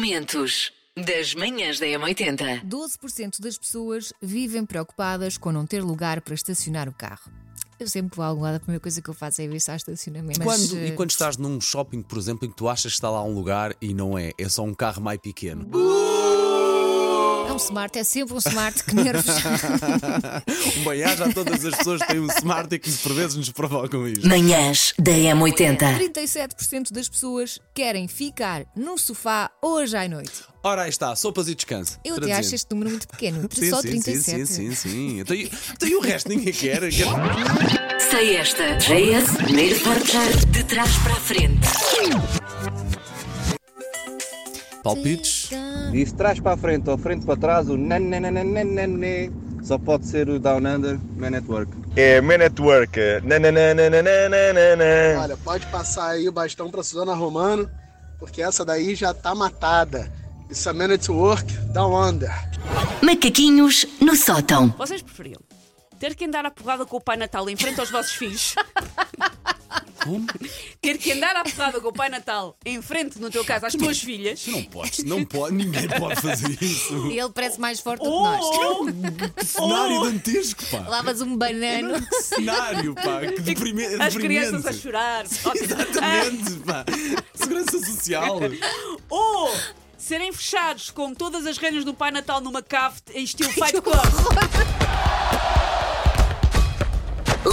Momentos das manhãs da M80. 12% das pessoas vivem preocupadas com não ter lugar para estacionar o carro. Eu sempre que vou a algum lado, a primeira coisa que eu faço é ir ao estacionamento. Mas, Quando- eh, e quando estás num shopping, por exemplo, em que tu achas que está lá um lugar e não é, é só um carro mais pequeno. É um smart, é sempre um smart, que nervos. Um banhar já todas as pessoas têm um smart e que por vezes nos provocam isto. Manhãs da M80. 37% das pessoas querem ficar no sofá hoje à noite. Ora, aí está, sopas e descanso. Eu até Traduzindo. acho este número muito pequeno, sim, só sim, 37. Sim, sim, sim, sim. Então, e- então e o resto ninguém quer. Quer- Sei esta. JS, primeiro portar de trás para a frente. Palpites? Disse trás para a frente ou frente para trás, o nananananananê. Só pode ser o Down Under Man at Work. É Man at Work. É. Nananana. Olha, pode passar aí o bastão pra Suzana Romano, porque essa daí já tá matada. Isso é Minute Work, da Wonder. Macaquinhos no sótão. Vocês preferiam ter que andar à porrada com o Pai Natal em frente aos vossos filhos? Como? Ter que andar à porrada com o Pai Natal em frente, no teu caso, às é? tuas filhas? Tu não podes, não pode, ninguém pode fazer isso. Ele parece mais forte do que nós. Oh! Ou Que cenário dantesco, pá. Lavas um banano. Que cenário, pá. Que deprime- deprimente. É as crianças a chorar. um Exatamente, pá. Segurança social. Ah, Ou serem fechados com todas as rendas do Pai Natal numa cave em estilo Fight Club.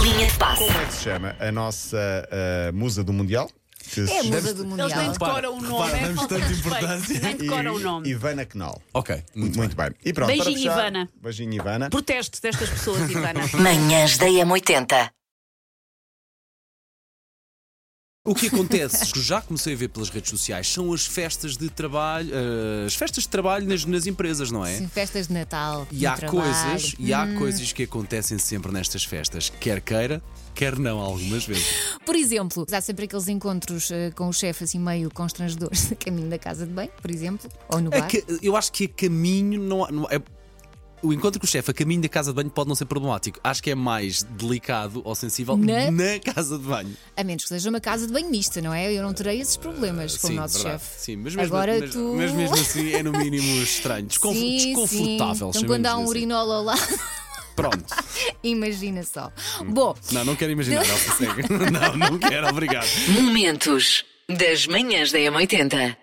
Linha de passe. Como é que se chama a nossa ah, musa do Mundial? Que um É a se musa do Eles nem mundial. decoram o nome. repara, damos tanta importância. Nem decoram o e, nome. Ivana Knall. Ok, muito, bem. Muito bem. E pronto, Beijinho, para fechar, Ivana. Beijinho, Ivana. Protesto destas pessoas, Ivana. Manhãs da M80. O que acontece, que já comecei a ver pelas redes sociais, são as festas de trabalho, eh, as festas de trabalho nas, nas empresas, não é? Sim, festas de Natal. E no há trabalho. Hum. coisas, e há coisas que acontecem sempre nestas festas, quer queira, quer não, algumas vezes. Por exemplo, há sempre aqueles encontros eh, com o chefe assim meio constrangedores a caminho da casa de bem, por exemplo, ou no É bar. que, eu acho que a caminho não, há- não é o encontro com o chefe a caminho da casa de banho pode não ser problemático. Acho que é mais delicado ou sensível Na- na casa de banho. A menos que seja uma casa de banho mista, não é? Eu não terei esses problemas com Sim, o nosso verdade. chefe. Sim, mas mesmo, Agora mas, tu. mas mesmo assim é no mínimo estranho, desconf- Sim, sim. desconfortável. Então, quando há um chamemos-lhe assim. urinol ao lado, Pronto. imagina só. Hum. Bom, Não, não quero imaginar, Elsa, segue. Não, não quero, obrigado. Momentos das manhãs da M80.